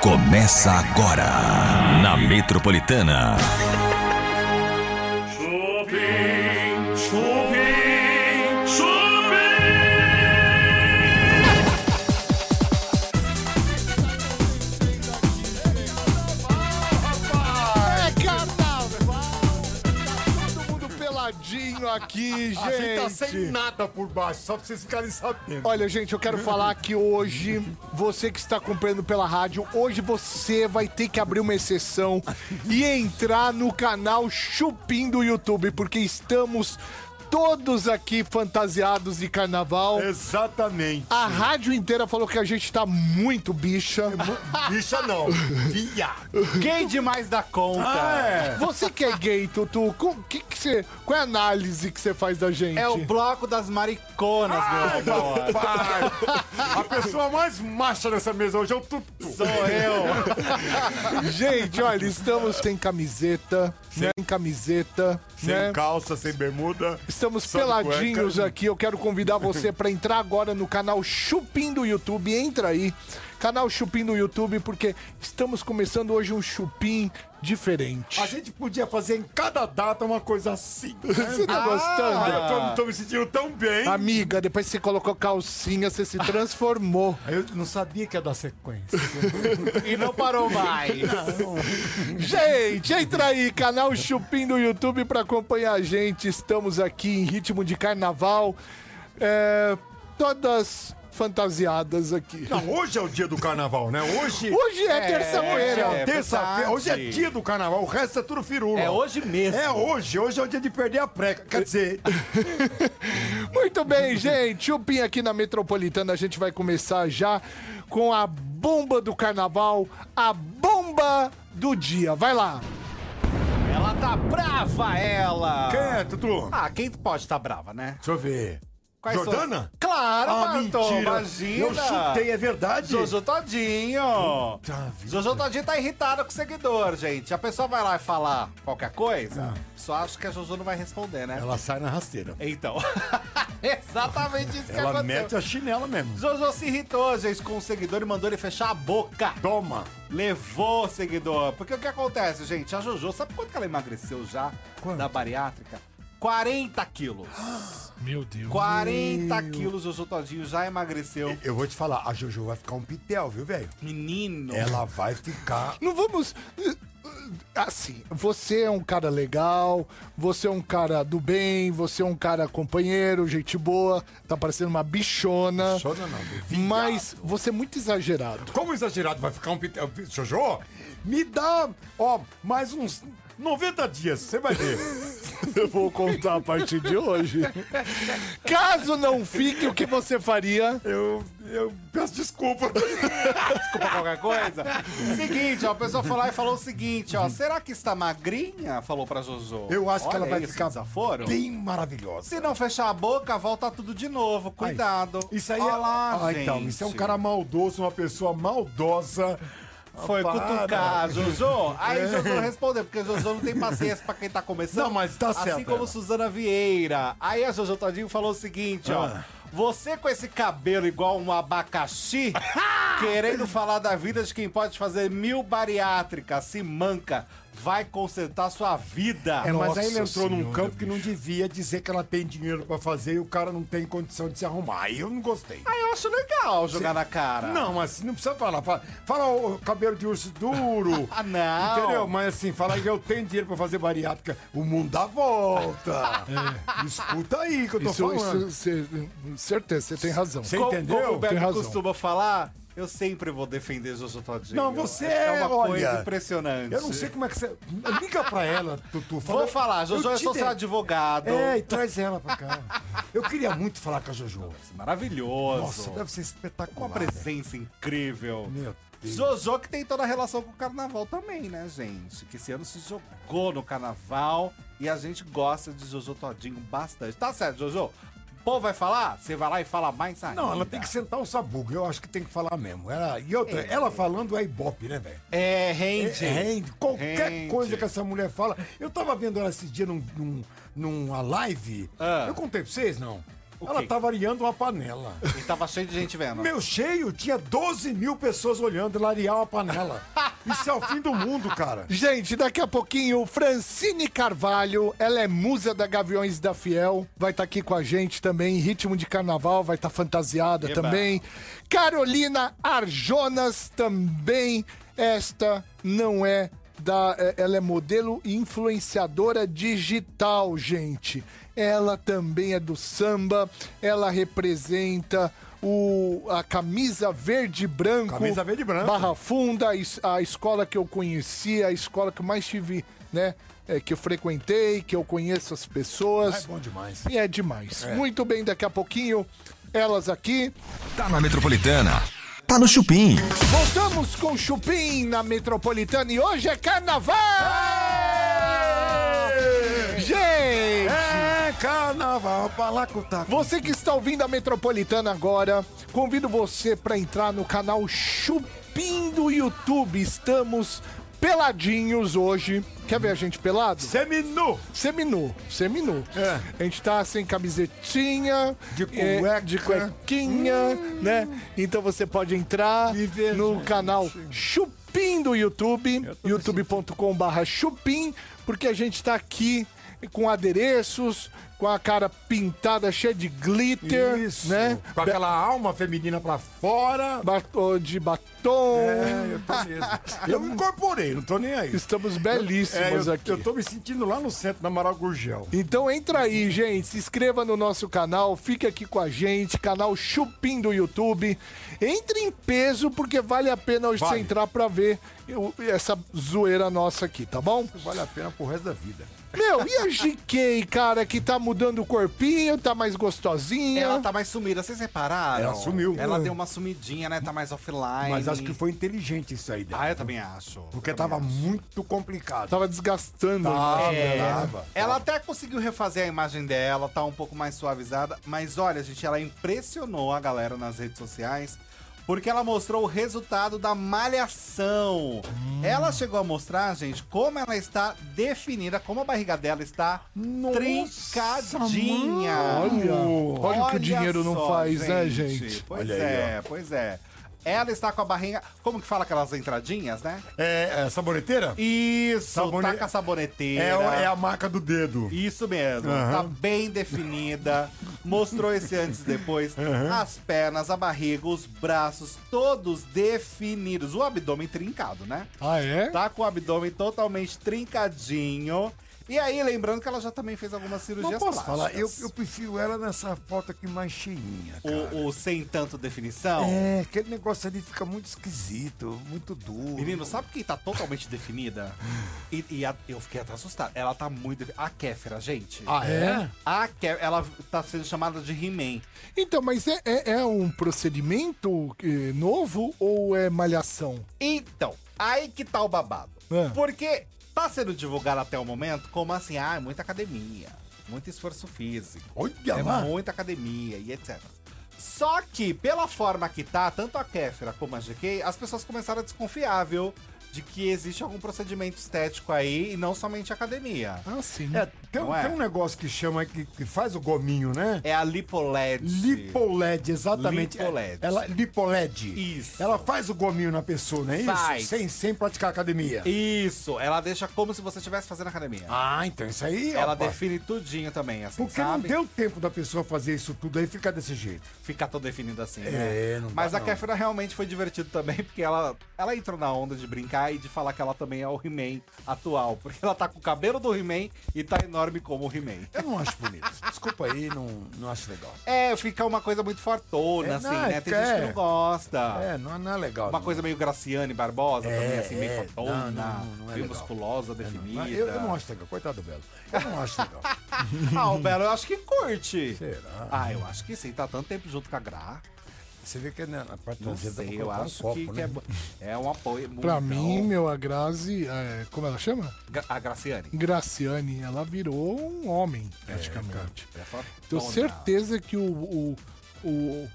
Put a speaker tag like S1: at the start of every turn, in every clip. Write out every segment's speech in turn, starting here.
S1: Começa agora na Metropolitana.
S2: Chupim, chupim, chupim.
S3: É carnaval! Tá todo mundo peladinho aqui, gente!
S4: A gente tá sem nada por baixo, só pra vocês ficarem sabendo.
S3: Olha, gente, eu quero falar que hoje, você que está acompanhando pela rádio, hoje você vai ter que abrir uma exceção e entrar no canal Chupim do YouTube, porque estamos todos aqui fantasiados de carnaval.
S4: É Exatamente.
S3: A rádio inteira falou que a gente tá muito
S4: É
S3: bicha.
S4: Bicha não, viado.
S5: Gay demais da conta.
S4: É.
S3: Você que é gay, Tutu, com- que que você- qual é a análise que você faz da gente?
S5: é o bloco das mariconas, meu amor.
S4: Pai, a pessoa mais macha dessa mesa hoje é o Tutu. Sou eu.
S3: Gente, olha, estamos sem camiseta, né? Sem camiseta,
S4: Sem
S3: né?
S4: calça, sem bermuda.
S3: Estamos
S4: só de
S3: peladinhos
S4: cueca.
S3: aqui. Eu quero convidar você pra entrar agora no canal Chupim do YouTube. Entra aí, canal Chupim do YouTube, porque estamos começando hoje um chupim diferente.
S4: A gente podia fazer em cada data uma coisa assim. né?
S3: Você tá gostando?
S4: Ah, eu tô, tô me sentindo tão bem.
S3: Amiga, depois que você colocou calcinha, você se transformou.
S4: Eu não sabia que ia dar sequência.
S5: E não parou mais.
S3: Gente, entra aí, canal Chupim do YouTube pra acompanhar a gente. Estamos aqui em ritmo de carnaval. É, todas fantasiadas aqui.
S4: Não, hoje é o dia do carnaval, né? Hoje.
S3: Hoje é, terça-feira.
S4: Hoje é,
S5: é
S4: terça-feira.
S5: verdade.
S4: Hoje é dia do carnaval, o resto é tudo firula.
S5: É hoje mesmo.
S4: É hoje, hoje é o dia de perder a preca. Quer dizer,
S3: Muito bem, gente. Chupim aqui na Metropolitana. A gente vai começar já com a bomba do carnaval, a bomba do dia. Vai lá.
S5: Ela tá brava, ela.
S4: quem é, Tutu?
S5: Ah, quem pode tá brava, né?
S4: Deixa eu ver.
S5: Quais são-
S4: Jordana?
S5: Claro,
S4: Ah,
S5: Bartô,
S4: mentira.
S5: imagina.
S4: Eu chutei, é verdade?
S5: Jojo Todinho.
S4: Puta vida.
S5: Jojo Todinho tá irritada com o seguidor, gente. A pessoa vai lá e falar qualquer coisa, só acho que a Jojo não vai responder, né?
S4: Ah. Ela sai na rasteira.
S5: Então, exatamente isso que
S4: Ela
S5: aconteceu.
S4: mete a chinela mesmo.
S5: Jojo se irritou, gente, com o seguidor e mandou ele fechar a boca.
S4: Toma.
S5: Levou o seguidor. Porque o que acontece, gente? A Jojo, sabe quanto que ela emagreceu já da bariátrica? 40 quilos.
S3: Meu Deus.
S5: 40 quilos, Jojo Todinho já emagreceu.
S4: Eu vou te falar, a Jojo vai ficar um pitel, viu, velho?
S5: Menino.
S4: Ela vai ficar.
S3: Não vamos. eh, Assim, você é um cara legal, você é um cara do bem, você é um cara companheiro, gente boa, tá parecendo uma bichona.
S4: Jojo não, duvido.
S3: Mas você é muito exagerado.
S4: Como exagerado vai ficar um pitel? Jojo, me dá, ó, mais uns 90 dias, você vai ver.
S3: Eu vou contar a partir de hoje. Caso não fique, o que você faria?
S4: Eu, eu peço desculpa.
S5: Desculpa qualquer coisa. Seguinte, ó, a pessoa foi lá e falou o seguinte, ó. Será que está magrinha? Falou pra Jojo.
S4: Eu acho que
S5: Olha
S4: ela vai
S5: isso,
S4: ficar
S5: desaforo.
S4: bem maravilhosa.
S5: Se não fechar a boca, volta tudo de novo. Cuidado.
S4: Isso aí
S5: Olha
S4: é.
S5: lá,
S4: Ah,
S5: gente.
S4: então, isso é um cara maldoso, uma pessoa maldosa.
S5: Foi
S4: Para. É.
S5: cutucar a Jojo. Aí Jojo não respondeu, porque Jojo não tem paciência pra quem tá começando.
S4: Não, mas tá
S5: assim
S4: certa
S5: Assim como
S4: ela.
S5: Suzana Vieira. Aí a Jojo Todinho falou o seguinte, ó.
S4: Ah.
S5: Você com esse cabelo igual um abacaxi, querendo falar da vida de quem pode fazer mil bariátricas, se manca, vai consertar sua vida.
S4: É, mas aí ele
S3: Nossa
S4: entrou num
S3: Senhora,
S4: campo que não devia dizer que ela tem dinheiro pra fazer e o cara não tem condição de se arrumar. Aí eu não gostei.
S5: Aí Ah, eu acho legal jogar na cara.
S4: Não, mas assim, não precisa falar. Fala, fala o cabelo de urso duro.
S5: Ah, não.
S4: Entendeu? Mas assim, fala que eu tenho dinheiro pra fazer bariátrica. O mundo dá volta. Escuta aí que eu tô
S3: Isso,
S4: falando.
S3: isso, cê- certeza, você tem razão.
S4: Você
S5: Como-
S4: entendeu?
S5: Como o
S3: Tem
S5: Beto
S3: razão.
S5: costuma falar, eu sempre vou defender Jojo Todinho.
S4: Não, você
S5: é uma
S4: olha,
S5: coisa impressionante.
S4: Eu não sei como é que você. Liga pra ela, Tutu.
S5: Vou falar, Jojo,
S4: eu
S5: eu,
S4: te
S5: sou seu
S4: dei-
S5: advogado.
S4: É, e traz ela pra cá. Eu queria muito falar com a Jojo.
S5: Maravilhoso.
S4: Nossa, deve ser
S5: Com uma
S4: espetacular. velho.
S5: presença incrível.
S4: Meu Deus.
S5: Jojo que tem toda a relação com o carnaval também, né, gente? Que esse ano se jogou no carnaval e a gente gosta de Jojo Todinho bastante. Tá certo, Jojo? O povo vai falar? Você vai lá e fala mais ainda.
S4: Não, ela tem que sentar o sabugo. Eu acho que tem que falar mesmo. Ela, e outra, ela falando é ibope, né, velho?
S5: É, rende.
S4: É, rende. Qualquer
S5: Rende.
S4: coisa que essa mulher fala. Eu tava vendo ela esse dia num, num, numa live.
S5: Ah.
S4: Eu contei pra vocês, não? Ela tava variando uma panela.
S5: E tava cheio de gente vendo.
S4: é. Meu cheio tinha 12 mil pessoas olhando larear uma panela. Isso é o fim do mundo, cara.
S3: Gente, daqui a pouquinho, Francine Carvalho, ela é musa da Gaviões da Fiel, vai estar aqui com a gente também, em ritmo de carnaval, vai estar fantasiada
S5: Eba.
S3: também. Carolina Arjonas também, esta não é da. é- Ela é modelo e influenciadora digital, gente. Ela também é do samba, ela representa. O, a camisa verde e branco.
S4: Camisa verde e branco.
S3: Barra Barra Funda, a es- a escola que eu conheci, a escola que eu mais tive, né? é, que eu frequentei, que eu conheço as pessoas.
S4: É bom demais.
S3: E é demais. Muito bem, daqui a pouquinho, elas aqui.
S1: Tá na Metropolitana. Tá no Chupim.
S3: Voltamos com Chupim na Metropolitana e hoje é carnaval! Gente!
S4: É carnaval, palacuta.
S3: Você que está ouvindo a Metropolitana agora, convido você para entrar no canal Chupim do YouTube. Estamos peladinhos hoje. Quer ver a gente pelado?
S4: é Seminu.
S3: Seminu, seminu.
S4: É.
S3: A gente tá sem camisetinha,
S4: De
S3: é,
S4: cueca. Hum.
S3: de cuequinha, né? Então você pode entrar
S4: Que ver,
S3: no
S4: gente.
S3: canal Chupim do YouTube, youtube.com/barra Chupim, porque a gente tá aqui com adereços, com a cara pintada cheia de glitter,
S4: Isso.
S3: né?
S4: Com aquela alma feminina pra fora.
S3: Bato- de batom.
S4: É, eu tô mesmo. Eu me incorporei, não tô nem aí.
S3: Estamos belíssimos
S4: É, eu,
S3: aqui.
S4: eu tô me sentindo lá no centro, na Amaral Gurgel.
S3: Então entra aí, gente, se inscreva no nosso canal, fique aqui com a gente, canal Chupim do YouTube. Entre em peso, porque vale a pena hoje você
S4: Vale.
S3: entrar pra ver eu- essa zoeira nossa aqui, tá bom?
S4: Vale a pena pro resto da vida.
S3: Meu, e a GK, cara, que tá mudando o corpinho, tá mais gostosinha.
S5: Ela tá mais sumida, vocês repararam?
S4: Ela sumiu.
S5: Ela
S4: Hum.
S5: deu uma sumidinha, né? Tá mais offline.
S4: Mas acho que foi inteligente isso aí dela.
S5: Ah, eu também acho.
S4: Porque
S5: Eu também
S4: tava
S5: acho.
S4: muito complicado.
S3: Tava desgastando.
S4: Tava, tava.
S5: É. Ela até conseguiu refazer a imagem dela, tá um pouco mais suavizada. Mas olha, gente, ela impressionou a galera nas redes sociais. Porque ela mostrou o resultado da malhação.
S3: Hum.
S5: Ela chegou a mostrar, gente, como ela está definida, como a barriga dela está
S4: Nossa,
S5: trincadinha.
S3: Olha, olha o que o dinheiro não faz, né, gente?
S5: Pois
S4: Olha aí,
S5: é, pois é. Ela está com a barriga. Como que fala aquelas entradinhas, né?
S4: É, é saboneteira?
S5: Isso,
S4: Sabone-
S5: tá com a saboneteira.
S4: É, o- é a marca do dedo.
S5: Isso mesmo, tá bem definida. Mostrou esse antes e depois. As pernas, a barriga, os braços, todos definidos. O abdômen trincado, né?
S3: Ah, é?
S5: Tá com o abdômen totalmente trincadinho. E aí, lembrando que ela já também fez algumas cirurgias
S4: Não posso
S5: plásticas.
S4: falar, eu, eu prefiro ela nessa foto aqui mais cheinha, cara.
S5: O, o sem tanto definição.
S4: É, aquele negócio ali fica muito esquisito, muito duro.
S5: Menino, sabe quem tá totalmente definida? E, e a- eu fiquei até assustado. Ela tá muito. defi- A Kéfera, gente.
S3: Ah, é?
S5: A Kéfera, ela tá sendo chamada de He-Man.
S3: Então, mas é, é- é um procedimento eh, novo ou é malhação?
S5: Então, aí que tá o babado.
S3: É.
S5: Porque tá sendo divulgado até o momento como assim, ah, é muita academia, muito esforço físico,
S4: Olha
S5: é
S4: lá.
S5: muita academia e etc. Só que, pela forma que tá, tanto a Kéfera como a GK, as pessoas começaram a desconfiar, viu? De que existe algum procedimento estético aí e não somente academia.
S3: Ah, sim.
S4: É, tem,
S5: Não é?
S4: tem um negócio que chama, que, que faz o gominho, né?
S5: É a LipoLed.
S4: Lipoled, exatamente. É,
S5: Lipoled.
S4: Ela, lipoled.
S5: Isso.
S4: Ela faz o gominho na pessoa, não é isso?
S5: Faz.
S4: Sem, sem praticar academia.
S5: Isso, ela deixa como se você estivesse fazendo academia.
S4: Ah, então isso aí,
S5: ela
S4: opa.
S5: define tudinho também, assim,
S4: Porque
S5: sabe?
S4: não deu tempo da pessoa fazer isso tudo aí ficar desse jeito.
S5: ficar tão definido assim. É,
S4: né? não dá,
S5: Mas a
S4: não.
S5: Kéfera realmente foi divertido também, porque ela, ela entrou na onda de brincar e de falar que ela também é o He-Man atual. Porque ela tá com o cabelo do He-Man e tá enorme como o He-Man.
S4: Eu não acho bonito. Desculpa aí, não, não acho legal.
S5: É, fica uma coisa muito fortona,
S4: É,
S5: assim,
S4: não,
S5: né? Tem
S4: é-
S5: gente que não gosta.
S4: É, não, não é legal.
S5: Ah. Uma
S4: não.
S5: coisa meio Graciane Barbosa, também, assim, meio
S4: é.
S5: fortona,
S4: Não, não, não, não é
S5: meio
S4: legal.
S5: musculosa,
S4: Não,
S5: definida.
S4: eu, eu não acho legal. Coitado do Belo. Eu não acho legal.
S5: Ah, o Belo, eu acho que curte.
S4: Será?
S5: Ah, eu acho que sim, tá tanto tempo junto com a Gra.
S4: Você vê que né, na parte
S5: Não
S4: traseira dá pra
S5: sei, eu
S4: colocar um
S5: acho
S4: copo,
S5: que, que
S4: né?
S5: é, bo- é um apoio.
S3: Pra
S5: muito
S3: mim,
S5: bom.
S3: meu, a Grazi, é, como ela chama?
S5: Gra- A Graciane.
S3: Graciane, ela virou um homem, praticamente.
S5: É fortona.
S3: Tenho certeza que o, o, o-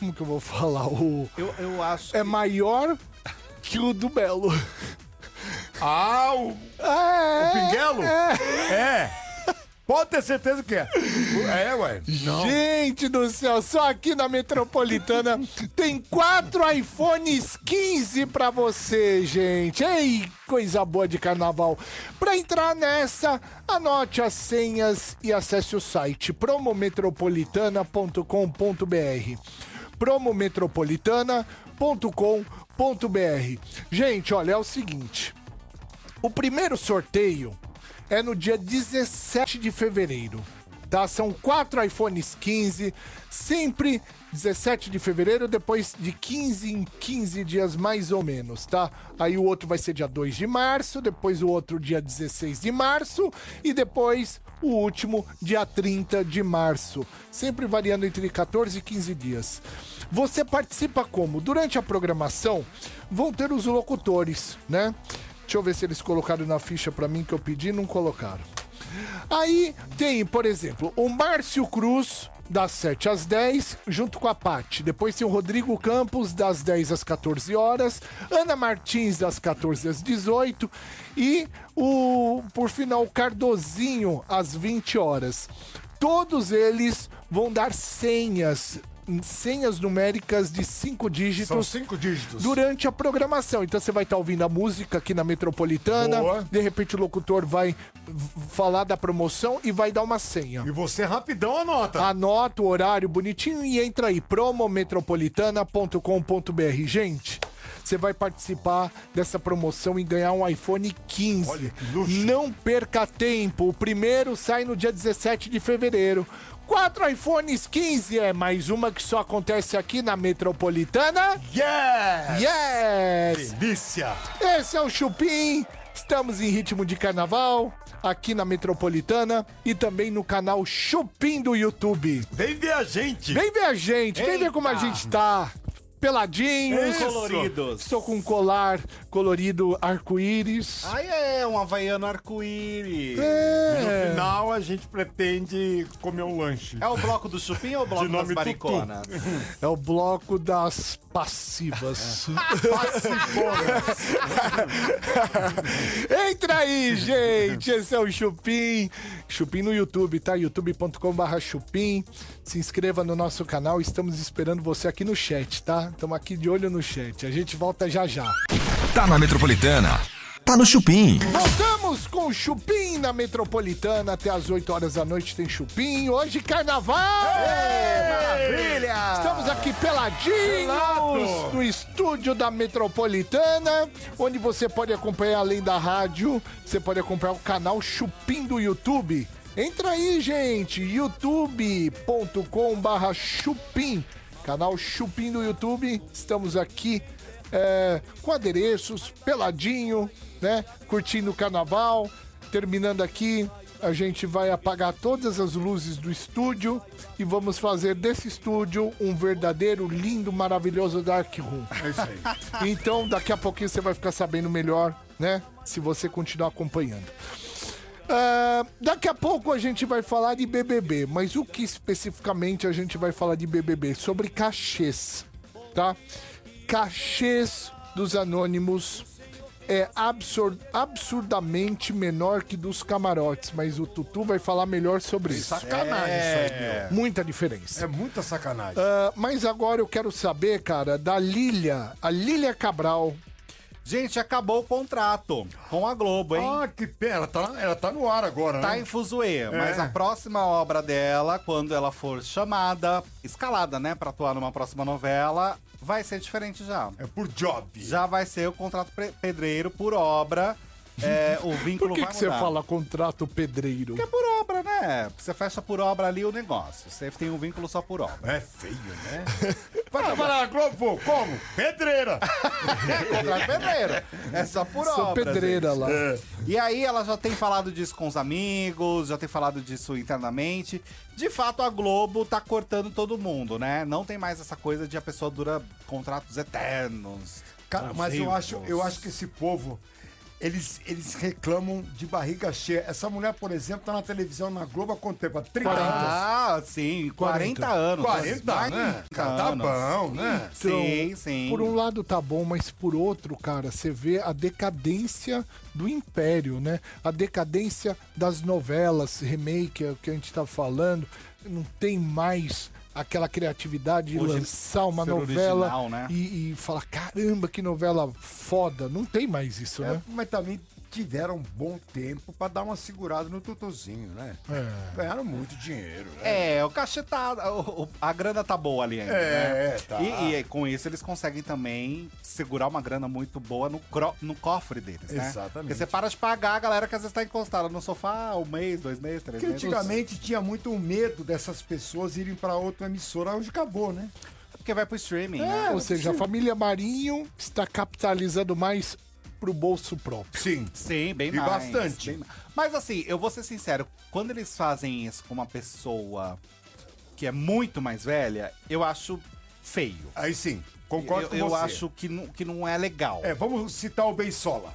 S3: Como que eu vou falar? O.
S5: Eu, eu acho.
S3: É maior que o do Belo.
S4: Ah, o,
S3: É,
S4: Pinguelo? É. Pode ter certeza que é. É, ué.
S3: Gente do céu, só aqui na Metropolitana tem quatro iPhones 15 pra você, gente. Ei, coisa boa de carnaval. Pra entrar nessa, anote as senhas e acesse o site promometropolitana.com.br. promometropolitana.com.br. Gente, olha, é o seguinte. O primeiro sorteio é no dia 17 de fevereiro. Tá? São quatro iPhones 15, sempre 17 de fevereiro, depois de 15 em 15 dias mais ou menos, tá? Aí o outro vai ser dia 2 de março, depois o outro dia 16 de março e depois o último dia 30 de março, sempre variando entre 14 e 15 dias. Você participa como? Durante a programação vão ter os locutores, né? Deixa eu ver se eles colocaram na ficha pra mim que eu pedi, não colocaram. Aí tem, por exemplo, o Márcio Cruz das 7 às 10, junto com a Pati. Depois tem o Rodrigo Campos das 10 às 14 horas, Ana Martins das 14 às 18 e o por final Cardozinho às 20 horas. Todos eles vão dar senhas, senhas numéricas de cinco dígitos
S4: São cinco dígitos.
S3: durante a programação. Então você vai estar ouvindo a música aqui na Metropolitana.
S4: Boa.
S3: De repente o locutor vai v- falar da promoção e vai dar uma senha.
S4: E você rapidão anota.
S3: Anota o horário bonitinho e entra aí, promometropolitana.com.br. Gente, você vai participar dessa promoção e ganhar um iPhone 15.
S4: Olha que luxo.
S3: Não perca tempo. O primeiro sai no dia 17 de fevereiro. Quatro iPhones 15 é mais uma que só acontece aqui na Metropolitana.
S4: Yeah!
S3: Yes!
S4: Delícia!
S3: Esse é o Chupim. Estamos em ritmo de carnaval aqui na Metropolitana e também no canal Chupim do YouTube.
S4: Vem ver a gente!
S3: Vem ver a gente, vem ver como a
S5: Eita.
S3: gente tá. Peladinhos.
S4: Isso.
S5: Coloridos.
S3: Estou com um colar colorido arco-íris.
S5: Ai, é, um havaiano arco-íris.
S4: No
S3: É.
S4: final a gente pretende comer um lanche.
S5: É o bloco do chupim ou o bloco
S4: De nome
S5: das mariconas?
S3: É o bloco das passivas. Entra aí, gente! Esse é o Chupim. Chupim no YouTube, tá? youtube.com.br Chupim. Se inscreva no nosso canal. Estamos esperando você aqui no chat, tá? Estamos aqui de olho no chat. A gente volta já já.
S1: Tá na Metropolitana. Tá no Chupim.
S3: Voltamos com o Chupim na Metropolitana. Até às 8 horas da noite tem Chupim. Hoje, carnaval!
S4: Maravilha!
S3: Estamos aqui peladinhos
S4: Pelado!
S3: no estúdio da Metropolitana, onde você pode acompanhar além da rádio, você pode acompanhar o canal Chupim do YouTube. Entra aí, gente, youtube.com/barra Chupim, canal Chupim do YouTube. Estamos aqui é, com adereços, peladinho, né? Curtindo o carnaval. Terminando aqui, a gente vai apagar todas as luzes do estúdio e vamos fazer desse estúdio um verdadeiro, lindo, maravilhoso Dark Room.
S4: É isso aí.
S3: Então, daqui a pouquinho você vai ficar sabendo melhor, né? Se você continuar acompanhando. Ah, daqui a pouco a gente vai falar de BBB, mas o que especificamente a gente vai falar de BBB? Sobre cachês, tá? Cachês dos anônimos é absur- absurdamente menor que dos camarotes, mas o Tutu vai falar melhor sobre isso.
S4: Sacanagem isso aí, meu.
S3: Muita diferença.
S4: É muita sacanagem.
S3: Ah, mas agora eu quero saber, cara, da Lilia, a Lilia Cabral,
S5: Gente, acabou o contrato com a Globo, hein?
S4: Ah, que pena. Ela tá, ela tá no ar agora,
S5: Tá
S4: né?
S5: em Fuzue, mas a próxima obra dela, quando ela for chamada, escalada, né, pra atuar numa próxima novela, vai ser diferente já.
S4: É por job.
S5: Já vai ser o contrato pre- pedreiro por obra. é, o vínculo
S3: Por que,
S5: vai
S3: que você
S5: mudar.
S3: fala contrato pedreiro?
S5: Porque é por obra, né? Você fecha por obra ali o negócio. Você tem um vínculo só por obra.
S4: É feio, né?
S5: Ah,
S4: Vai trabalhar na Globo como? Pedreira!
S5: É contrato pedreiro. É só por obra.
S3: Sou pedreira
S5: gente.
S3: lá.
S5: E aí ela já tem falado disso com os amigos, já tem falado disso internamente. De fato, a Globo tá cortando todo mundo, né? Não tem mais essa coisa de a pessoa dura contratos eternos.
S4: Cara, mas eu acho, eu acho que esse povo Eles, eles reclamam de barriga cheia. Essa mulher, por exemplo, tá na televisão na Globo há quanto tempo? Há 30 anos.
S5: Ah, sim, 40, anos.
S4: 40, né? Cara, tá
S5: anos.
S4: bom, né?
S5: Sim, sim.
S3: Então, Por um lado tá bom, mas por outro, cara, você vê a decadência do império, né? A decadência das novelas, remake, é o que a gente tá falando. Não tem mais aquela criatividade de
S5: Hoje,
S3: lançar uma
S5: ser
S3: novela
S5: original, né?
S3: e, e falar, caramba, que novela foda. Não tem mais isso,
S4: É,
S3: né?
S4: mas também tiveram um bom tempo pra dar uma segurada no tutuzinho, né? Ganharam muito dinheiro, né?
S5: É, o cachê tá. o- o- a grana tá boa ali ainda.
S4: É,
S5: né?
S4: tá.
S5: E, e com isso eles conseguem também segurar uma grana muito boa no, cro- no cofre deles, né?
S4: Exatamente.
S5: Porque você para de pagar a galera que às vezes tá encostada no sofá um mês, dois meses, três
S4: Porque
S5: meses.
S4: antigamente tinha muito medo dessas pessoas irem pra outra emissora, onde acabou, né?
S5: Porque vai pro streaming,
S3: É,
S5: né?
S3: ou seja, a família Marinho está capitalizando mais pro bolso próprio.
S4: Sim.
S5: Sim, bem
S4: E
S5: mais.
S4: bastante.
S5: bem mais. Mas assim, eu vou ser sincero, quando eles fazem isso com uma pessoa que é muito mais velha, eu acho feio.
S4: Aí sim, concordo
S5: Eu,
S4: com
S5: eu
S4: você.
S5: acho que não, que não é legal.
S4: É, vamos citar o Beisola.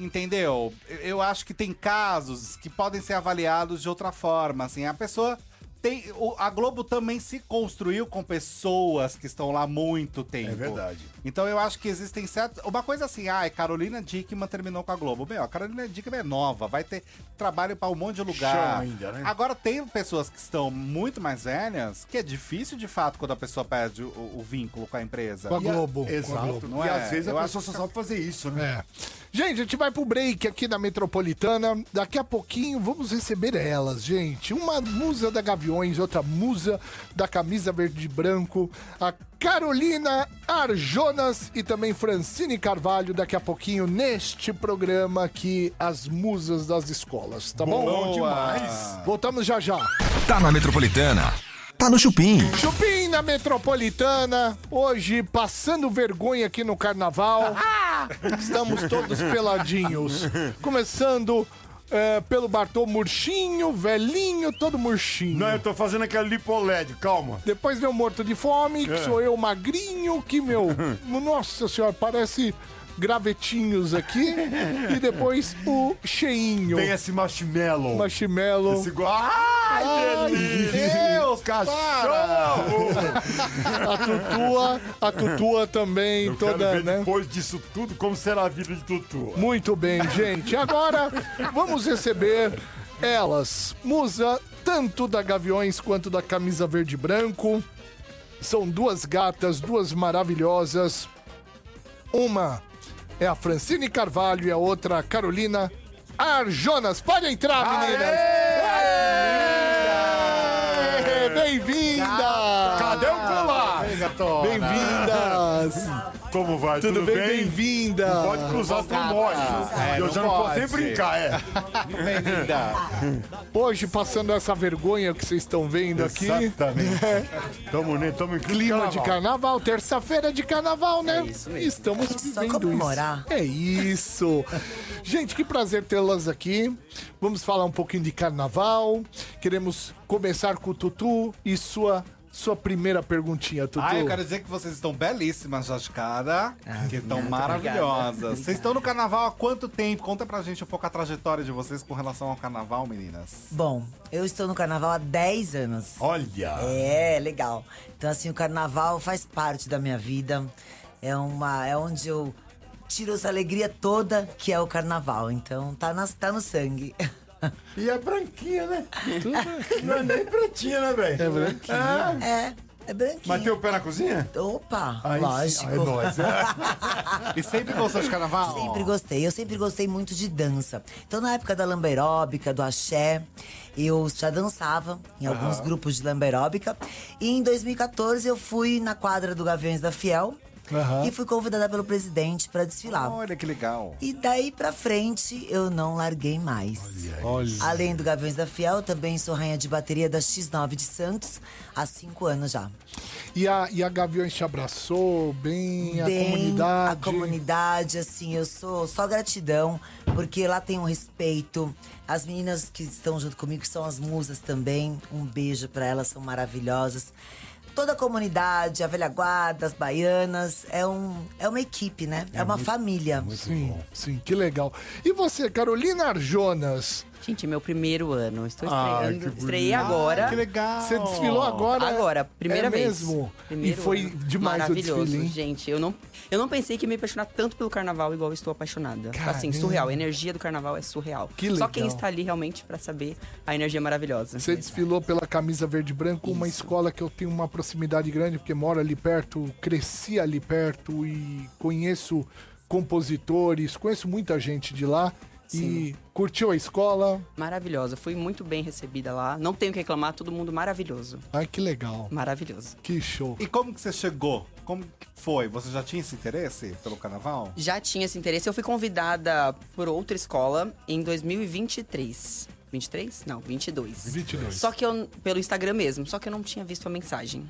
S5: Entendeu? Eu- Eu acho que tem casos que podem ser avaliados de outra forma, assim, a pessoa tem o- a Globo também se construiu com pessoas que estão lá há muito tempo.
S4: É verdade.
S5: Então eu acho que existem certos. Uma coisa assim, ai, Carolina Dickman terminou com a Globo. Meu, a Carolina Dickman é nova, vai ter trabalho pra um monte de lugar.
S4: Chão ainda, né?
S5: Agora tem pessoas que estão muito mais velhas, que é difícil de fato quando a pessoa perde o, o vínculo com a empresa.
S3: Com a Globo. Com a
S4: Exato.
S3: Globo.
S5: não
S4: e
S5: é?
S4: às vezes
S5: Eu
S4: a
S5: acho
S4: pessoa só sabe fazer isso, né?
S3: É. Gente, a gente vai pro break aqui da Metropolitana. Daqui a pouquinho vamos receber elas, gente. Uma musa da Gaviões, outra musa da camisa verde e branco. A Carolina Arjonas e também Francine Carvalho. Daqui a pouquinho neste programa aqui, as musas das escolas, tá bom?
S5: Boa. demais.
S3: Voltamos já já.
S1: Tá na Metropolitana. Tá no Chupim.
S3: Chupim na Metropolitana, hoje passando vergonha aqui no carnaval. Estamos todos peladinhos. Começando eh, pelo Bartô Murchinho, velhinho, todo murchinho.
S4: tô fazendo aquela lipoled, calma.
S3: Depois vem o Morto de Fome,
S4: É.
S3: que sou eu magrinho, que meu. Nossa senhora, parece gravetinhos aqui. E depois o Cheinho,
S4: esse marshmallow.
S3: Marshmallow.
S4: go- Ai,
S3: Ai,
S4: Deus, cachorro!
S3: A Tutua, a Tutua também, toda, né?
S4: depois disso tudo como será a vida de Tutu.
S3: Muito bem, gente. Agora vamos receber elas, musa tanto da Gaviões quanto da camisa verde e branco. São duas gatas, duas maravilhosas. Uma é a Francine Carvalho e a outra a Carolina Arjonas. Pode entrar, meninas. Aê! Bem-vindas!
S4: Cadê o colar?
S3: Bem-vindas!
S4: Como vai?
S3: Tudo bem? Bem-vindas!
S4: cruzar, não pode.
S5: É, não pode.
S4: é.
S5: Bem-vinda.
S3: Hoje, passando essa vergonha que vocês estão vendo aqui.
S4: Exatamente. Tamo, ne- tamo em
S3: Clima de carnaval, terça-feira de carnaval, né? Estamos vivendo
S6: comemorar.
S3: isso. É isso. Gente, que prazer tê-las aqui. Vamos falar um pouquinho de carnaval. Queremos começar com o Tutu e sua sua primeira perguntinha, Tutu.
S5: Ah, eu quero dizer que vocês estão belíssimas já de cara, que estão maravilhosas. Vocês estão no carnaval há quanto tempo? Conta pra gente um pouco a trajetória de vocês com relação ao carnaval, meninas.
S6: Bom, eu estou no carnaval há 10 anos.
S4: Olha.
S6: É, legal. Então, assim, o carnaval faz parte da minha vida. É, uma, é onde eu tiro essa alegria toda que é o carnaval. Então, tá, nas, tá no sangue.
S4: E é branquinha, né? Não é nem pretinha, né, velho? É branquinha.
S6: É, é branquinho.
S4: Bateu o pé na cozinha?
S6: Opa,
S4: Aí sim,
S6: lógico.
S4: aí nós,
S5: E sempre gostou de carnaval?
S6: Sempre gostei, eu sempre gostei muito de dança. Então, na época da lamberóbica, do axé, eu já dançava em alguns grupos de lamberóbica. E em 2014 eu fui na quadra do Gaviões da Fiel e fui convidada pelo presidente para desfilar.
S5: Olha que legal.
S6: E daí pra frente eu não larguei mais. Além do Gaviões da Fiel, eu também sou rainha de bateria da X9 de Santos há cinco anos já.
S3: E a, e a Gaviões te abraçou bem, a comunidade.
S6: A comunidade, assim, eu sou só gratidão, porque lá tem um respeito. As meninas que estão junto comigo, que são as musas também, um beijo pra elas, são maravilhosas. toda a comunidade, a velha guarda, as baianas. É, um, é uma equipe, né? É, uma família.
S3: Sim, sim, que legal. E você, Carolina Arjonas?
S7: Gente, é meu primeiro ano. Estou
S3: Ah,
S7: estreando.
S3: que
S7: Estreiei
S3: bonito.
S7: agora.
S5: Que legal.
S3: Você desfilou agora?
S7: Agora, primeira
S3: é
S7: vez.
S3: mesmo?
S7: Primeiro
S3: e foi
S7: ano.
S3: demais o
S7: Maravilhoso,
S3: desfile, hein?
S7: gente. Eu não, eu não pensei que ia me apaixonar tanto pelo carnaval igual eu estou apaixonada. Assim,
S3: Caramba.
S7: surreal. A energia do carnaval é surreal.
S3: Que
S7: Só
S3: legal.
S7: quem está ali realmente pra saber a energia é maravilhosa.
S3: Você desfilou pela camisa verde e branco, uma escola que eu tenho uma proximidade grande, porque moro ali perto, cresci ali perto e conheço compositores, conheço muita gente de lá. E curtiu a escola?
S7: Maravilhosa. Fui muito bem recebida lá. Não tenho o que reclamar. Todo mundo maravilhoso.
S3: Ai, que legal.
S7: Maravilhoso.
S3: Que show.
S5: E como que você chegou? Como que foi? Você já tinha esse interesse pelo carnaval?
S7: Já tinha esse interesse. Eu fui convidada por outra escola em 2023. 23? Não, 22.
S3: 22.
S7: Só que eu, pelo Instagram mesmo, só que eu não tinha visto a mensagem.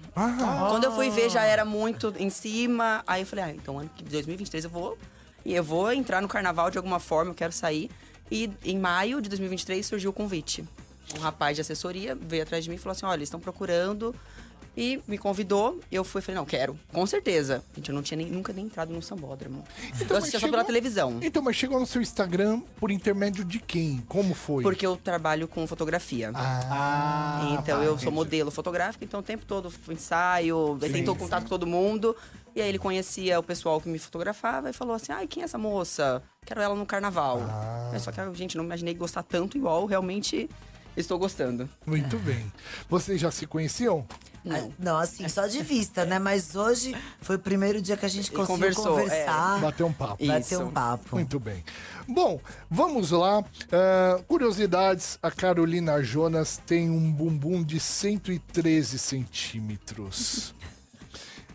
S7: Quando eu fui
S3: Ah.
S7: ver, já era muito em cima. Aí eu falei, ah, então ano que 2023 eu vou. E eu vou entrar no carnaval de alguma forma, eu quero sair. E em maio de 2023 surgiu o convite. Um rapaz de assessoria veio atrás de mim e falou assim: olha, eles estão procurando. E me convidou, eu fui e falei, não, quero, com certeza. Gente, eu não tinha nem- nunca nem entrado num sambódromo. eu
S3: Então, mas
S7: assistia só pela
S3: chegou-
S7: televisão.
S3: Então, mas chegou no seu Instagram por intermédio de quem? Como foi?
S7: Porque eu trabalho com fotografia.
S5: Ah,
S7: então
S5: tá,
S7: eu sou
S5: entendi.
S7: modelo fotográfico, então o tempo todo fui ensaio, aí tentou contato com todo mundo. E aí ele conhecia o pessoal que me fotografava e falou assim: ai, quem é essa moça? Quero ela no carnaval.
S5: Ah.
S7: É, Só que a gente não imaginei gostar tanto igual, realmente estou gostando.
S3: Muito bem. Vocês já se conheciam?
S6: Ah, Não, assim, só de vista, né? Mas hoje foi o primeiro dia que a gente conseguiu
S7: conversou, é.
S6: conversar.
S3: Bater um papo.
S6: Bater
S7: Isso.
S6: um papo.
S3: Muito bem. Bom, vamos lá. Ah, curiosidades: a Carolina Jonas tem um bumbum de 113 centímetros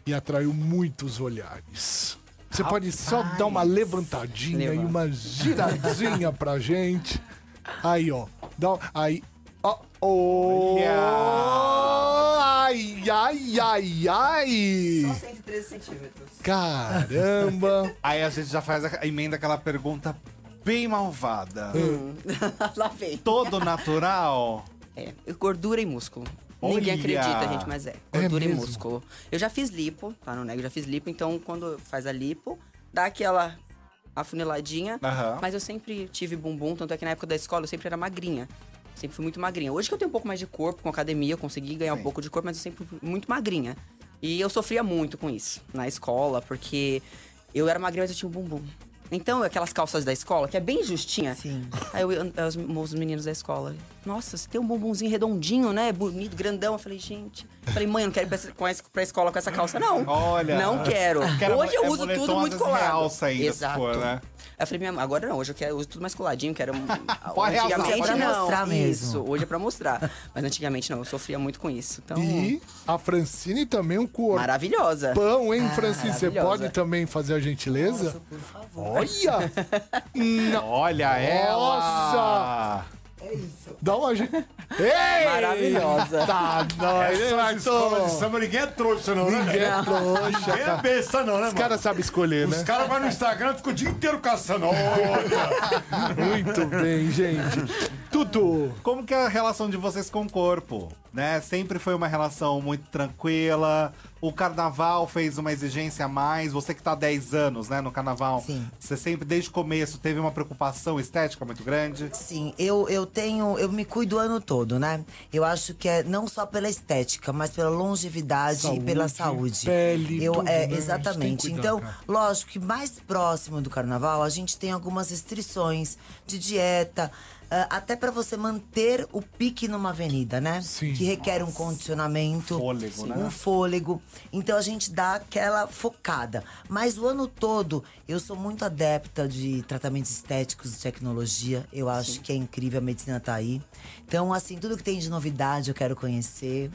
S3: e atraiu muitos olhares. Você pode só dar uma levantadinha e
S7: Levanta.
S3: uma giradinha pra gente. Aí, ó. Dá, um- aí. Ó. Oh, ai, ai, ai, ai.
S7: 113 centímetros.
S3: Caramba.
S5: Aí a gente já faz a emenda aquela pergunta bem malvada.
S7: Lá vem.
S5: Todo natural?
S7: É, gordura e músculo.
S5: Olha!
S7: Ninguém acredita, gente, mas é. Gordura e
S3: mesmo?
S7: músculo. Eu já fiz lipo, tá? Não nego, eu já fiz lipo. Então, quando faz a lipo, dá aquela afuniladinha.
S5: Aham.
S7: Mas eu sempre tive bumbum, tanto é que na época da escola eu sempre era magrinha. Sempre fui muito magrinha. Hoje que eu tenho um pouco mais de corpo, com academia, eu consegui ganhar um pouco de corpo, mas eu sempre fui muito magrinha. E eu sofria muito com isso na escola, porque eu era magrinha, mas eu tinha um bumbum. Então, aquelas calças da escola, que é bem justinha,
S6: Sim.
S7: Aí eu, eu- os, os meninos da escola, nossa, você tem um bumbumzinho redondinho, né? Bonito, grandão. Eu falei, gente. Eu falei, mãe, eu não quero ir pra, essa- com essa- pra escola com essa calça, não.
S5: Olha.
S7: Não quero.
S5: Quero-
S7: Hoje eu
S5: é
S7: uso
S5: moletom,
S7: tudo
S5: às
S7: muito
S5: vezes
S7: colado.
S5: realça ainda, se
S7: Exato.
S5: for, né?
S7: Eu falei, minha mãe, agora não, hoje eu quero, uso tudo mais coladinho, quero. um-
S5: Pode realçar,
S7: antigamente
S6: pode
S7: não.
S6: mostrar mesmo.
S7: Isso, hoje é pra mostrar. Mas antigamente não, eu sofria muito com isso. Então,
S3: E a Francine também um corpão,
S7: maravilhosa.
S3: hein, Francine? Você
S7: maravilhosa.
S3: pode também fazer a gentileza?
S6: Nossa, por favor.
S3: Olha!
S5: Olha ela!
S6: É
S3: Dá uma gente. Ei!
S7: Maravilhosa.
S3: Tá, nós, hein,
S4: Essas escolas de
S3: Marcão?
S4: samba, ninguém é trouxa, não, né?
S3: Ninguém é trouxa,
S4: Ninguém é
S3: cara.
S4: besta, não, né,
S3: Os caras sabem escolher,
S4: Os
S3: né?
S4: caras vão no Instagram e ficam o dia inteiro caçando. Olha,
S3: Muito bem, gente. Tudo.
S5: Como que é a relação de vocês com o corpo? Né? Sempre foi uma relação muito tranquila. O carnaval fez uma exigência a mais. Você que tá há 10 anos, né, no carnaval.
S6: Sim.
S5: Você sempre, desde o começo, teve uma preocupação estética muito grande.
S6: Sim, eu, eu tenho. Eu me cuido o ano todo, né? Eu acho que é não só pela estética, mas pela longevidade e pela saúde.
S3: pele,
S6: eu,
S3: tudo, né? A
S6: é,
S3: gente tem que
S6: Exatamente.
S3: cuidar,
S6: então,
S3: cara.
S6: lógico que mais próximo do carnaval a gente tem algumas restrições de dieta. ah, até pra você manter o pique numa avenida, né?
S3: Sim.
S6: Que requer um condicionamento,
S5: Fôlego, né?
S6: um fôlego. Então a gente dá aquela focada. Mas o ano todo eu sou muito adepta de tratamentos estéticos, de tecnologia. Eu acho que é incrível, a medicina tá aí. Então, assim, tudo que tem de novidade eu quero conhecer.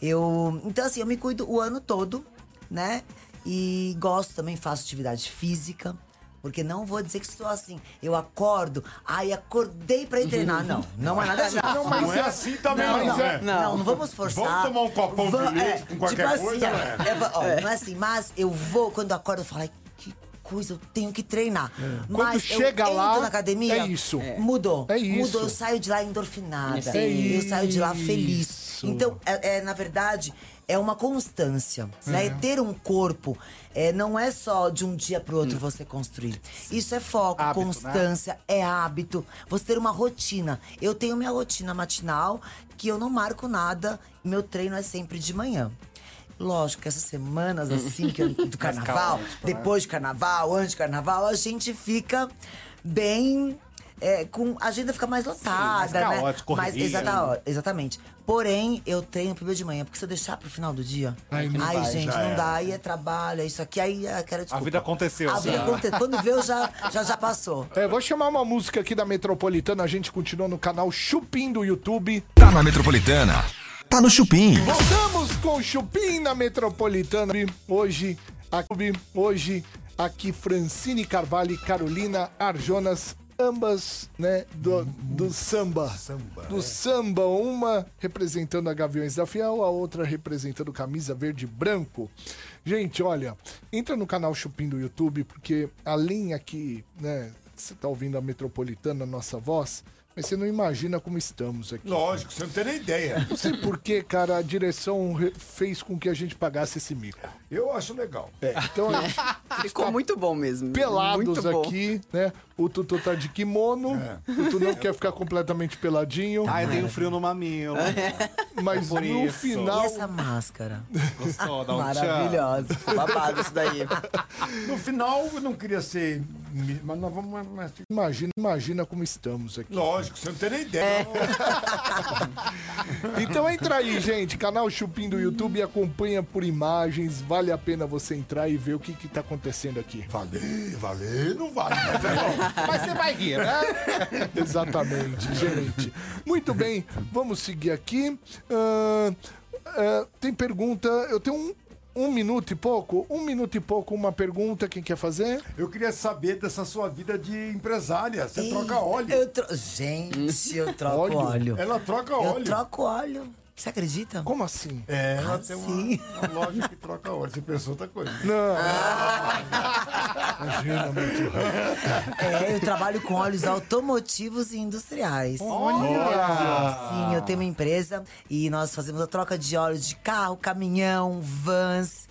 S6: Eu, então assim, eu me cuido o ano todo, né? E gosto também faço atividade física. Porque não vou dizer que sou assim, eu acordo, ai, acordei pra ir treinar. Não, não é nada disso. Não,
S4: não é assim também, não,
S6: não, não,
S4: né?
S6: não, não vamos forçar.
S4: Vamos tomar um copão de
S6: Va- é,
S4: leite com qualquer
S6: tipo assim,
S4: coisa,
S6: ó,
S4: né?
S6: eu vou- ó, Não é assim, mas eu vou, quando eu acordo, eu falo, ai, que coisa, eu tenho que treinar.
S3: Quando chega
S6: eu entro
S3: lá,
S6: na academia,
S3: é isso. É.
S6: Mudou.
S3: É isso.
S6: Mudou, eu saio de lá endorfinada.
S7: É
S6: Eu saio de lá feliz.
S3: isso.
S6: Então, é, é, na verdade, é uma constância.
S3: É.
S6: Né? Ter um corpo é, não é só de um dia pro outro você construir. Isso é foco,
S5: Hábito, né?
S6: constância, é hábito. Você ter uma rotina. Eu tenho minha rotina matinal, que eu não marco nada. Meu treino é sempre de manhã. Lógico que essas
S5: Uhum.
S6: semanas assim que eu- do carnaval,
S5: né?
S6: depois de carnaval, antes de carnaval, a gente fica bem. é, com, a agenda fica mais lotada, né?
S5: caótico,
S6: Mas-
S5: correria,
S6: exata-
S5: né?
S6: ó, exatamente. Porém, eu treino primeiro de manhã, porque se eu deixar pro final do dia. Ai,
S3: vai,
S6: gente,
S3: já
S6: não
S3: era.
S6: dá. Aí é trabalho, é isso aqui, aí é aquela desculpa.
S5: vida aconteceu,
S6: A vida
S5: já.
S6: aconteceu. Quando vê, eu já, já, já passou.
S3: É, vou chamar uma música aqui da Metropolitana, a gente continua no canal Chupim do YouTube.
S1: Tá na Metropolitana. Tá no Chupim.
S3: Voltamos com o Chupim na Metropolitana. Hoje, aqui, hoje, aqui Francine Carvalho e Carolina Arjonas, ambas, né, do, do samba. Do samba, uma representando a Gaviões da Fiel, a outra representando Camisa Verde e Branco. Gente, olha, entra no canal Chupim do YouTube, porque além aqui, né, você tá ouvindo a Metropolitana, a nossa voz, mas você não imagina como estamos aqui.
S4: Lógico, você não tem nem ideia.
S3: Não sei porquê, cara, a direção re- fez com que a gente pagasse esse mico.
S4: Eu acho legal.
S3: Então,
S5: É.
S3: a gente,
S7: Ficou muito bom mesmo.
S3: pelados
S7: muito bom.
S3: aqui, né? O Tutu tá de kimono,
S5: É.
S3: o Tutu não quer ficar completamente peladinho,
S5: Ai, tem um frio no mamilo.
S3: mas
S5: por
S3: no
S5: isso.
S6: E
S3: final,
S6: essa máscara?
S5: Gostou? Dá um tchan.
S6: Maravilhosa. Babado isso daí.
S4: No final, eu não queria ser. Mas nós vamos. mas-
S3: imagina, imagina como estamos aqui.
S4: Lógico, você não tem nem ideia.
S3: Então entra aí, gente, canal Chupim do YouTube, acompanha por imagens, vale a pena você entrar e ver o que que tá acontecendo aqui.
S4: Valer, valer, não vale. Mas, é bom.
S5: Mas você vai rir, né?
S3: Exatamente, gente. Muito bem, vamos seguir aqui. Ahn, ah, tem pergunta, eu tenho um, um minuto e pouco, um minuto e pouco, uma pergunta, quem quer fazer?
S4: eu queria saber dessa sua vida de empresária. Você
S6: Ih,
S4: troca óleo.
S6: eu tro- Gente, eu troco
S3: Óleo?
S6: óleo.
S4: Ela troca
S6: Eu
S4: óleo.
S6: troco óleo. Você acredita?
S3: Como assim?
S4: É, ela
S6: Ah,
S4: tem
S6: sim.
S4: uma, uma loja que troca óleo. Você pensou outra coisa.
S6: É, eu trabalho com óleos automotivos e industriais. Olha! Sim, eu tenho uma empresa e nós fazemos a troca de óleos de carro, caminhão, vans,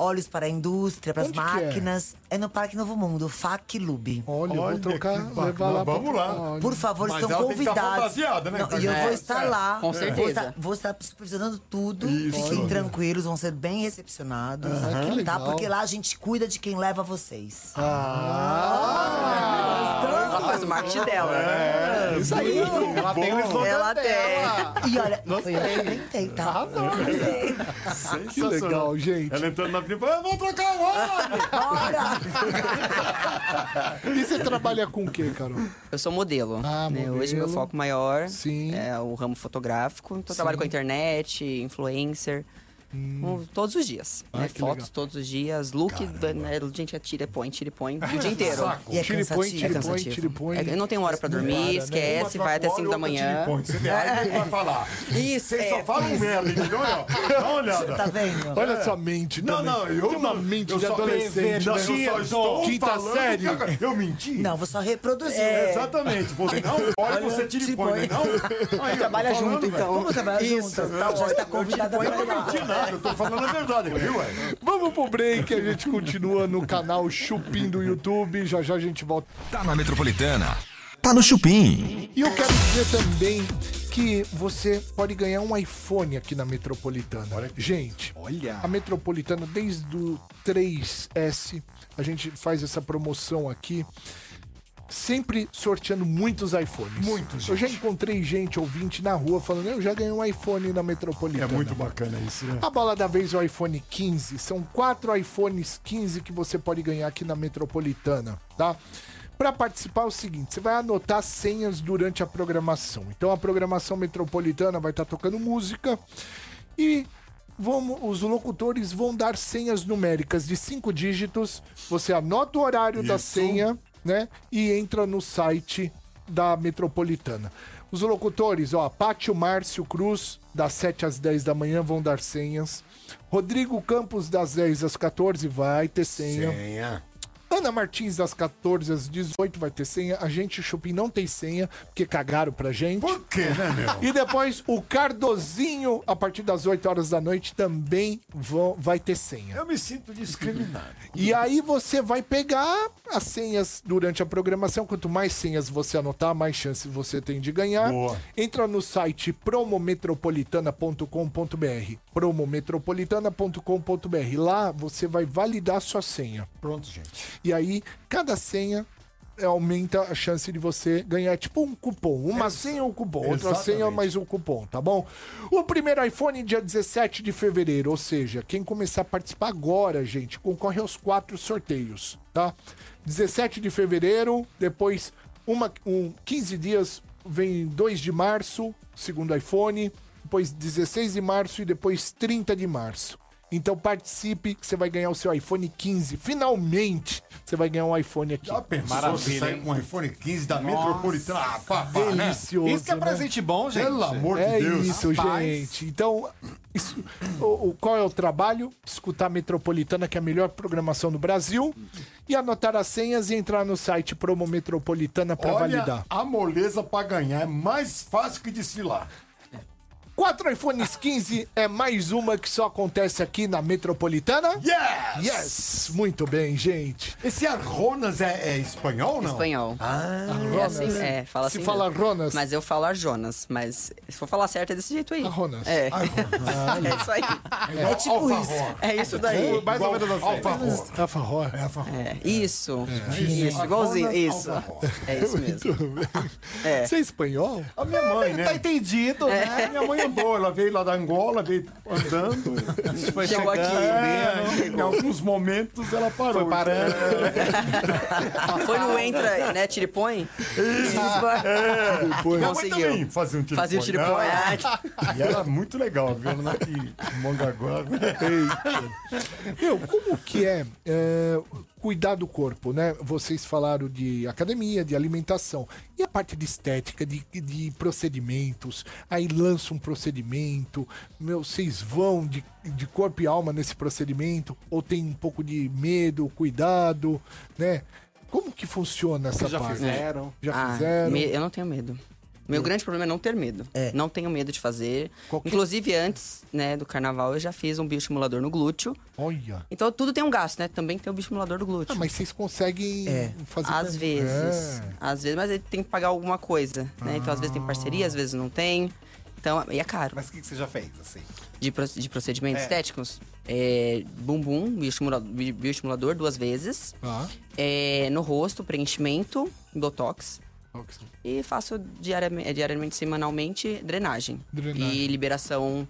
S6: óleos para a indústria, para as
S3: Onde que é?
S6: máquinas. É? no Parque Novo Mundo, Faclub.
S3: Olha, eu vou
S4: Olha,
S3: trocar,
S4: que
S3: levar
S4: bacana.
S3: lá. pra
S4: Vamos
S3: trocar
S4: lá.
S3: óleo.
S6: Por favor,
S4: Mas ela
S6: estão
S4: tem que tá
S6: convidados.
S4: fantasiada, né,
S6: Não, e eu
S4: Carmen?
S6: vou estar
S4: É.
S6: lá.
S7: Com certeza.
S6: Vou estar, vou estar supervisionando tudo. Fiquem tranquilos, vão ser bem recepcionados.
S3: que legal.
S6: Tá? Porque lá a gente cuida de quem leva vocês.
S3: Ah.
S4: Ah,
S7: Ela faz o marketing dela.
S5: É.
S7: né?
S3: Isso é aí.
S5: Ela tem um slogan
S7: Ela tem.
S6: E olha, foi eu que inventei, tá?
S3: Que legal, gente.
S4: Ela entrando na avenida e falando, eu vou trocar o óleo.
S6: Bora!
S3: E você trabalha com o quê, Carol?
S4: É.
S7: Eu sou modelo.
S3: Ah,
S7: né? Hoje meu
S3: modelo.
S7: foco maior
S3: Sim.
S7: é o ramo fotográfico. Então eu trabalho com a internet, influencer. um- Todos os dias. né?
S3: Hum. Ah, que
S7: Fotos
S3: legal.
S7: todos os dias. Look, né? gente, é tira e põe, tira e põe. O dia inteiro.
S6: E é
S3: Tire põe,
S7: É
S3: tire
S6: cansativo.
S3: Ah, põe,
S7: cansativo.
S3: tire põe. né?
S7: É, eu não tenho hora pra dormir, esquece, vai até 5 da manhã.
S4: Você vai e vai falar.
S7: Isso,
S4: Vocês só
S7: é,
S4: falam merda, entendeu? Olha, Dá uma olhada.
S6: Tá vendo?
S3: Olha sua mente.
S4: Não,
S3: também.
S4: não, eu
S3: Tem uma
S4: não-
S3: mente
S4: eu
S3: de
S4: só
S3: adolescente.
S4: pensei,
S3: né?
S4: eu só estou
S3: Quinta
S4: falando
S3: série.
S4: que agora- Eu menti?
S6: Não, vou só reproduzir.
S7: É.
S4: Exatamente. Você não é. olha, você tira e põe, né? não? Aí, eu
S7: Trabalha
S4: tô falando,
S7: junto,
S4: velho.
S7: então.
S6: Vamos trabalhar
S7: Isso,
S6: juntas, tá? Já está convidada
S4: Eu
S6: pra
S4: não
S6: lá.
S4: menti nada, eu tô falando a verdade, viu, ué?
S3: Vamos pro break, a gente continua no canal Chupim do YouTube. Já já a gente volta.
S1: Tá na Metropolitana. Tá no Chupim.
S3: E eu quero dizer também que você pode ganhar um iPhone aqui na Metropolitana. gente,
S5: Olha.
S3: a Metropolitana desde o 3S, a gente faz essa promoção aqui. Sempre sorteando muitos iPhones. Muitos. Eu já encontrei gente ouvinte na rua falando: Eu já ganhei um iPhone na Metropolitana.
S4: É bacana isso, né?
S3: A bola da vez é o iPhone 15. São quatro iPhones 15 que você pode ganhar aqui na Metropolitana, tá? Para participar é o seguinte, você vai anotar senhas durante a programação. Então a programação metropolitana vai estar tocando música e vamos, os locutores vão dar senhas numéricas de cinco dígitos. Você anota o horário da senha, né? E entra no site da Metropolitana. Os locutores, ó, Pátio Márcio Cruz, das 7 às 10 da manhã, vão dar senhas. Rodrigo Campos, das 10 às 14, vai ter senha.
S4: Senha.
S3: Ana Martins, das 14 às 18, vai ter senha. A gente, o Chupim, não tem senha, porque cagaram pra gente.
S4: Por quê, né, meu?
S3: E depois o Cardozinho, a partir das 8 horas da noite, também vão- vai ter senha.
S4: Eu me sinto discriminado.
S3: E aí você vai pegar as senhas durante a programação. Quanto mais senhas você anotar, mais chance você tem de ganhar.
S4: Boa.
S3: Entra no site promometropolitana.com.br. Promometropolitana.com.br. Lá você vai validar sua senha.
S4: Pronto, gente.
S3: E aí, cada senha é, aumenta a chance de você ganhar, tipo um cupom. Uma senha, um cupom. Outra
S4: Exatamente.
S3: senha, mais um cupom, tá bom? O primeiro iPhone, dia 17 de fevereiro. Ou seja, quem começar a participar agora, gente, concorre aos quatro sorteios, tá? 17 de fevereiro, depois uma, um, 15 dias, vem 2 de março, segundo iPhone. Depois 16 de março e depois 30 de março. Então participe, que você vai ganhar o seu iPhone 15. Finalmente, você vai ganhar um iPhone aqui.
S4: Já pensou
S5: Maravilha,
S4: se sair
S5: hein?
S4: com um iPhone 15 da Metropolitana? Ah, papá, né?
S3: Delicioso,
S5: Isso que é
S3: né?
S5: presente bom, gente.
S4: Pelo amor de
S3: É
S4: Deus.
S3: isso,
S5: Rapaz.
S3: gente. Então, isso- o, o- qual é o trabalho? Escutar a Metropolitana, que é a melhor programação do Brasil, e anotar as senhas e entrar no site Promo Metropolitana para
S4: Olha,
S3: validar.
S4: a moleza pra ganhar é mais fácil que desfilar.
S3: Quatro iPhones 15 é mais uma que só acontece aqui na Metropolitana.
S4: Yes!
S3: Yes! Muito bem, gente.
S4: Esse Arronas é, é espanhol ou não? Ah,
S7: Espanhol.
S5: Ah,
S7: é, assim, é, fala
S3: Ah, Se
S7: assim
S3: fala
S7: mesmo.
S3: Ronas.
S7: Mas eu falo a Jonas, mas se for falar certo é desse jeito aí.
S3: A Ah, Ronas.
S7: É. é isso aí.
S4: É tipo isso.
S7: É isso
S5: tá
S7: daí.
S4: Mais ou menos assim.
S3: Alfarró.
S7: É, isso. Isso, igualzinho. Isso. É isso mesmo. É.
S3: Você é espanhol?
S4: A minha mãe, né?
S5: Tá entendido, né?
S4: É, minha mãe andou, ela veio lá da Angola, veio andando.
S5: Foi
S7: Chegou aqui. né?
S4: É, em alguns momentos ela parou. né?
S5: Foi parando.
S7: Ah, Foi no entra, né? Tira e põe?
S3: É, tá
S4: Depois. Minha mãe
S7: Conseguiu.
S4: também fazia um tiro
S7: Fazia o tira e põe. Ah,
S4: E era muito legal, viu? Ela Aqui, em Mongaguá. né?
S3: Meu, como que é, é, cuidar do corpo, né? Vocês falaram de academia, de alimentação. E a parte de estética, de, de procedimentos? Aí lança um procedimento, meu, vocês vão de, de corpo e alma nesse procedimento? Ou tem um pouco de medo, cuidado, né? Como que funciona essa
S5: Já
S3: parte?
S5: fizeram.
S3: Já
S7: Ah,
S3: fizeram?
S7: me- eu não tenho medo. Meu grande problema é não ter medo. Não tenho medo de fazer.
S3: Qualquer-
S7: Inclusive, antes né, do carnaval, eu já fiz um bioestimulador no glúteo.
S3: Olha.
S7: Então, tudo tem um gasto, né? Também tem o bioestimulador do glúteo.
S3: Ah, mas vocês conseguem fazer...
S7: É, Às
S3: pra-
S7: vezes.
S3: É.
S7: Às vezes, mas ele tem que pagar alguma coisa, né? Então, às vezes tem parceria, às vezes não tem. Então, e é caro.
S5: Mas o que, que você já fez, assim?
S7: De, pro- de procedimentos estéticos. É, bumbum, bioestimulador, bi- bioestimulador duas vezes.
S3: Ah,
S7: É, no rosto, preenchimento, botox.
S3: ok.
S7: E faço diariamente, diariamente semanalmente, drenagem.
S3: Drenagem.
S7: E liberação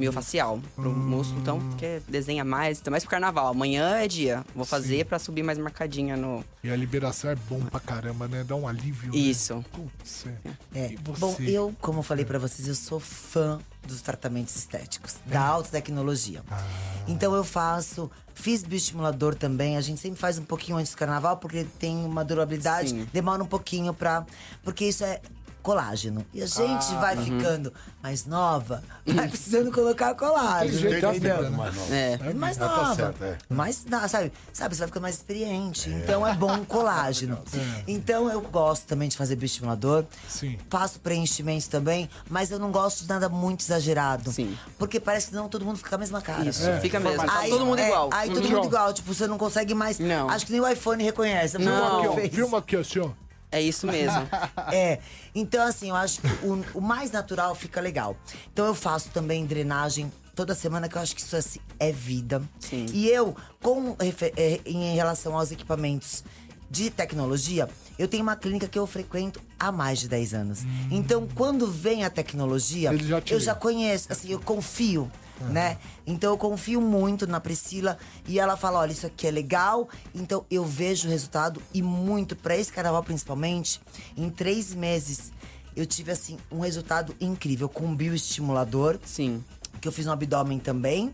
S7: miofacial pro músculo. Então, porque desenha mais, tá mais pro carnaval. Amanhã é dia. Vou fazer pra subir mais marcadinha no...
S3: E a liberação é bom pra caramba, né? Dá um alívio. né?
S7: Isso.
S3: Putz, é.
S6: É.
S3: E você? É.
S6: Bom, eu, como eu falei pra vocês, eu sou fã dos tratamentos estéticos,
S3: É.
S6: da alta tecnologia.
S3: Ah.
S6: Então eu faço, fiz bioestimulador também, a gente sempre faz um pouquinho antes do carnaval, porque tem uma durabilidade,
S7: Sim.
S6: demora um pouquinho pra. Porque isso é colágeno. E a
S3: Ah,
S6: gente vai ficando mais nova, vai precisando colocar colágeno.
S3: Tem jeito, tá
S6: entendeu?
S3: ficando
S4: Mas não.
S7: É.
S6: É mais
S4: Ah, tá
S6: nova.
S4: certo, é.
S6: Mais, na- sabe, sabe, você vai ficando mais experiente. Então é bom o colágeno. Então eu gosto também de fazer bioestimulador.
S3: Sim.
S6: Faço preenchimento também, mas eu não gosto de nada muito exagerado.
S7: Sim.
S6: Porque parece que não todo mundo fica com a mesma cara.
S7: Isso,
S3: É.
S7: fica mesmo. Tá
S6: Aí-
S7: todo mundo
S6: é,
S7: igual.
S6: Aí todo mundo igual, tipo, você não consegue mais.
S7: Não.
S6: Acho que nem o iPhone reconhece. a
S7: Não.
S6: pessoa que
S3: Aqui, ó,
S6: fez.
S3: viu uma aqui, ó, senhor?
S7: É isso mesmo.
S6: É. Então, assim, eu acho que o, o mais natural fica legal. Então, eu faço também drenagem toda semana, que eu acho que isso assim, é vida.
S7: Sim.
S6: E eu, com, refe- é, em relação aos equipamentos de tecnologia, eu tenho uma clínica que eu frequento há mais de 10 anos. Então, quando vem a tecnologia,
S3: Ele Hum. já te
S6: eu
S3: liga.
S6: já conheço, assim, eu confio, né? Então eu confio muito na Priscila e ela fala: olha, isso aqui é legal, então eu vejo o resultado e muito, pra esse carnaval principalmente, em três meses eu tive assim um resultado incrível com um bioestimulador
S7: Sim.
S6: que eu fiz no abdômen também.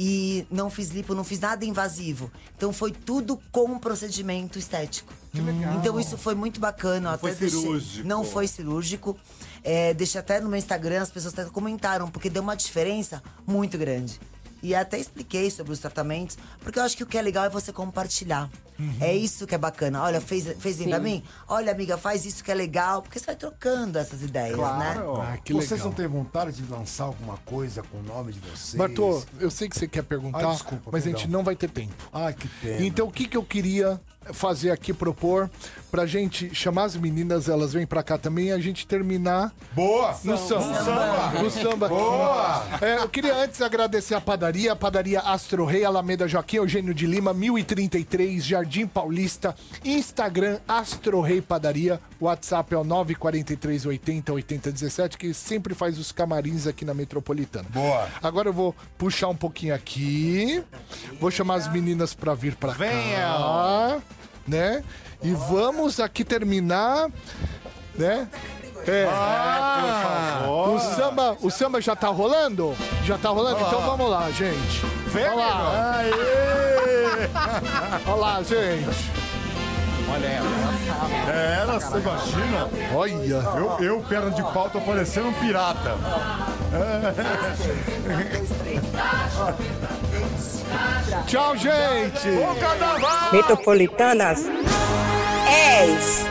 S6: E não fiz lipo, não fiz nada invasivo. Então foi tudo com um procedimento estético. Que legal. Então isso foi muito bacana. eu até
S4: foi
S6: deixei-
S4: cirúrgico.
S6: Não foi cirúrgico. É, deixei até no meu Instagram, as pessoas até comentaram, porque deu uma diferença muito grande. E até expliquei sobre os tratamentos, porque eu acho que o que é legal é você compartilhar.
S4: Uhum.
S6: É isso que é bacana. Olha, fez, fez bem pra mim? Olha, amiga, faz isso que é legal. Porque você vai trocando essas ideias, né?
S4: Claro.
S3: Ah, que
S4: Vocês
S3: legal.
S4: não têm vontade de lançar alguma coisa com o nome de vocês?
S3: Bartô, eu sei que você quer perguntar,
S4: Ah, desculpa,
S3: mas a
S4: perdão.
S3: gente não vai ter tempo.
S4: Ai, que pena.
S3: Então, o que, que eu queria fazer aqui, propor, pra gente chamar as meninas, elas vêm pra cá também, a gente terminar
S4: Boa!
S3: no samba. No samba.
S4: Boa!
S3: É, eu queria antes agradecer a padaria, a padaria Astro Rei, Alameda Joaquim Eugênio de Lima, 1033, Jardim Paulista, Instagram Astro Rei Padaria, WhatsApp é o 943 80 80 17, que sempre faz os camarins aqui na Metropolitana.
S4: Boa.
S3: Agora eu vou puxar um pouquinho aqui, vou chamar as meninas pra vir pra cá.
S5: Venham.
S3: Né? E vamos aqui terminar, né? É. O samba, o samba já tá rolando? Já tá rolando? Então vamos lá, gente.
S5: Vem,
S3: Olha lá. Olha lá, gente.
S5: Olha ela.
S4: É, ela, você imagina?
S3: Olha.
S4: Eu, eu, perna de pau, tô parecendo um pirata.
S3: Tchau, gente.
S4: Ô, carnaval!
S8: Metropolitanas 10.